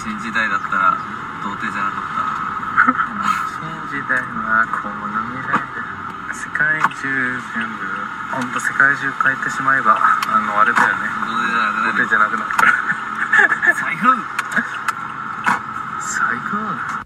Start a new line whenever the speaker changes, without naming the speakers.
代だったら童貞じゃなかった
新時代はこの未来で世界中全部ほんと世界中変えてしまえばあのあれだよね
童貞じゃなくなる
手じゃなくなるから